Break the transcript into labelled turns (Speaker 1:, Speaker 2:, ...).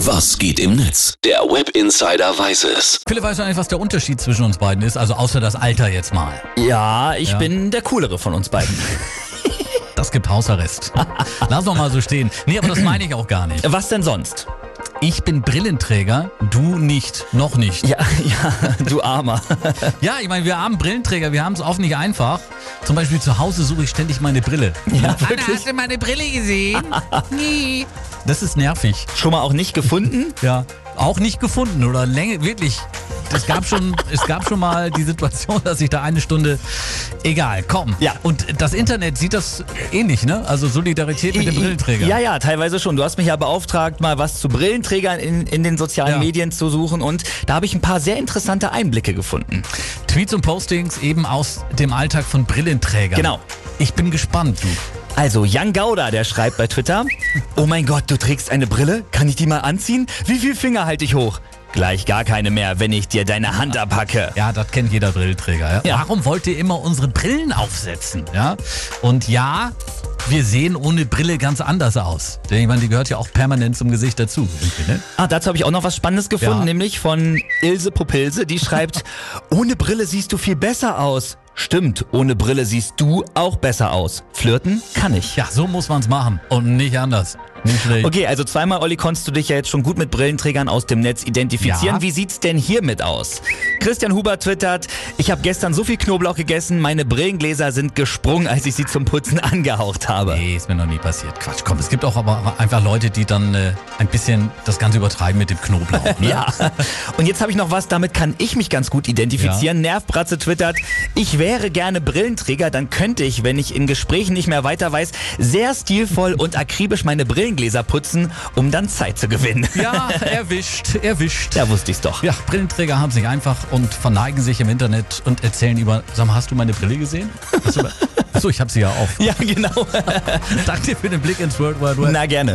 Speaker 1: Was geht im Netz? Der Web Insider weiß es.
Speaker 2: Philipp, weißt du eigentlich, was der Unterschied zwischen uns beiden ist? Also außer das Alter jetzt mal.
Speaker 3: Ja, ich bin der coolere von uns beiden.
Speaker 2: Das gibt Hausarrest. Lass doch mal so stehen. Nee, aber das meine ich auch gar nicht.
Speaker 3: Was denn sonst?
Speaker 2: Ich bin Brillenträger, du nicht, noch nicht.
Speaker 3: Ja, ja, du Armer.
Speaker 2: Ja, ich meine, wir haben Brillenträger, wir haben es oft nicht einfach. Zum Beispiel zu Hause suche ich ständig meine Brille.
Speaker 3: Ja,
Speaker 2: Anna,
Speaker 3: wirklich.
Speaker 2: hast du meine Brille gesehen? nee. Das ist nervig.
Speaker 3: Schon mal auch nicht gefunden?
Speaker 2: Ja, auch nicht gefunden oder Länge, wirklich. Es gab schon, es gab schon mal die Situation, dass ich da eine Stunde, egal, komm.
Speaker 3: Ja.
Speaker 2: Und das Internet sieht das ähnlich, ne? Also Solidarität mit dem Brillenträger.
Speaker 3: Ja, ja, teilweise schon. Du hast mich ja beauftragt, mal was zu Brillenträgern in, in den sozialen
Speaker 2: Ja.
Speaker 3: Medien zu suchen und da habe ich ein paar sehr interessante Einblicke gefunden.
Speaker 2: Tweets und Postings eben aus dem Alltag von Brillenträgern.
Speaker 3: Genau.
Speaker 2: Ich bin gespannt, du.
Speaker 3: Also, Jan Gauda, der schreibt bei Twitter, Oh mein Gott, du trägst eine Brille? Kann ich die mal anziehen? Wie viel Finger halte ich hoch? Gleich gar keine mehr, wenn ich dir deine Hand abhacke.
Speaker 2: Ja, das kennt jeder Brillenträger. Ja?
Speaker 3: Ja.
Speaker 2: Warum wollt ihr immer unsere Brillen aufsetzen? Ja? Und ja, wir sehen ohne Brille ganz anders aus. Denn ich meine, die gehört ja auch permanent zum Gesicht dazu. Irgendwie, ne?
Speaker 3: Ah, dazu habe ich auch noch was Spannendes gefunden,
Speaker 2: Ja.
Speaker 3: nämlich von Ilse Popilse, die schreibt, ohne Brille siehst du viel besser aus. Stimmt, ohne Brille siehst du auch besser aus. Flirten kann ich.
Speaker 2: Ja, so muss man es machen und nicht anders. Nicht schlecht.
Speaker 3: Okay, also zweimal, Olli, konntest du dich ja jetzt schon gut mit Brillenträgern aus dem Netz identifizieren.
Speaker 2: Ja.
Speaker 3: Wie sieht's denn hiermit aus? Christian Huber twittert, ich habe gestern so viel Knoblauch gegessen, meine Brillengläser sind gesprungen, als ich sie zum Putzen angehaucht habe.
Speaker 2: Nee, ist mir noch nie passiert. Quatsch, komm, es gibt auch aber einfach Leute, die dann äh, ein bisschen das Ganze übertreiben mit dem Knoblauch. Ne?
Speaker 3: Ja. Und jetzt habe ich noch was, damit kann ich mich ganz gut identifizieren. Nervbratze twittert, ich wäre gerne Brillenträger, dann könnte ich, wenn ich in Gesprächen nicht mehr weiter weiß, sehr stilvoll und akribisch meine Brillengläser putzen, um dann Zeit zu gewinnen.
Speaker 2: ja, erwischt, erwischt.
Speaker 3: Da wusste ich's doch.
Speaker 2: Ja, Brillenträger haben sich einfach und verneigen sich im Internet und erzählen über, sag mal, hast du meine Brille gesehen? Hast du, Achso, ich hab sie ja auf.
Speaker 3: Ja, genau.
Speaker 2: Danke dir für den Blick ins World Wide Web.
Speaker 3: Na gerne.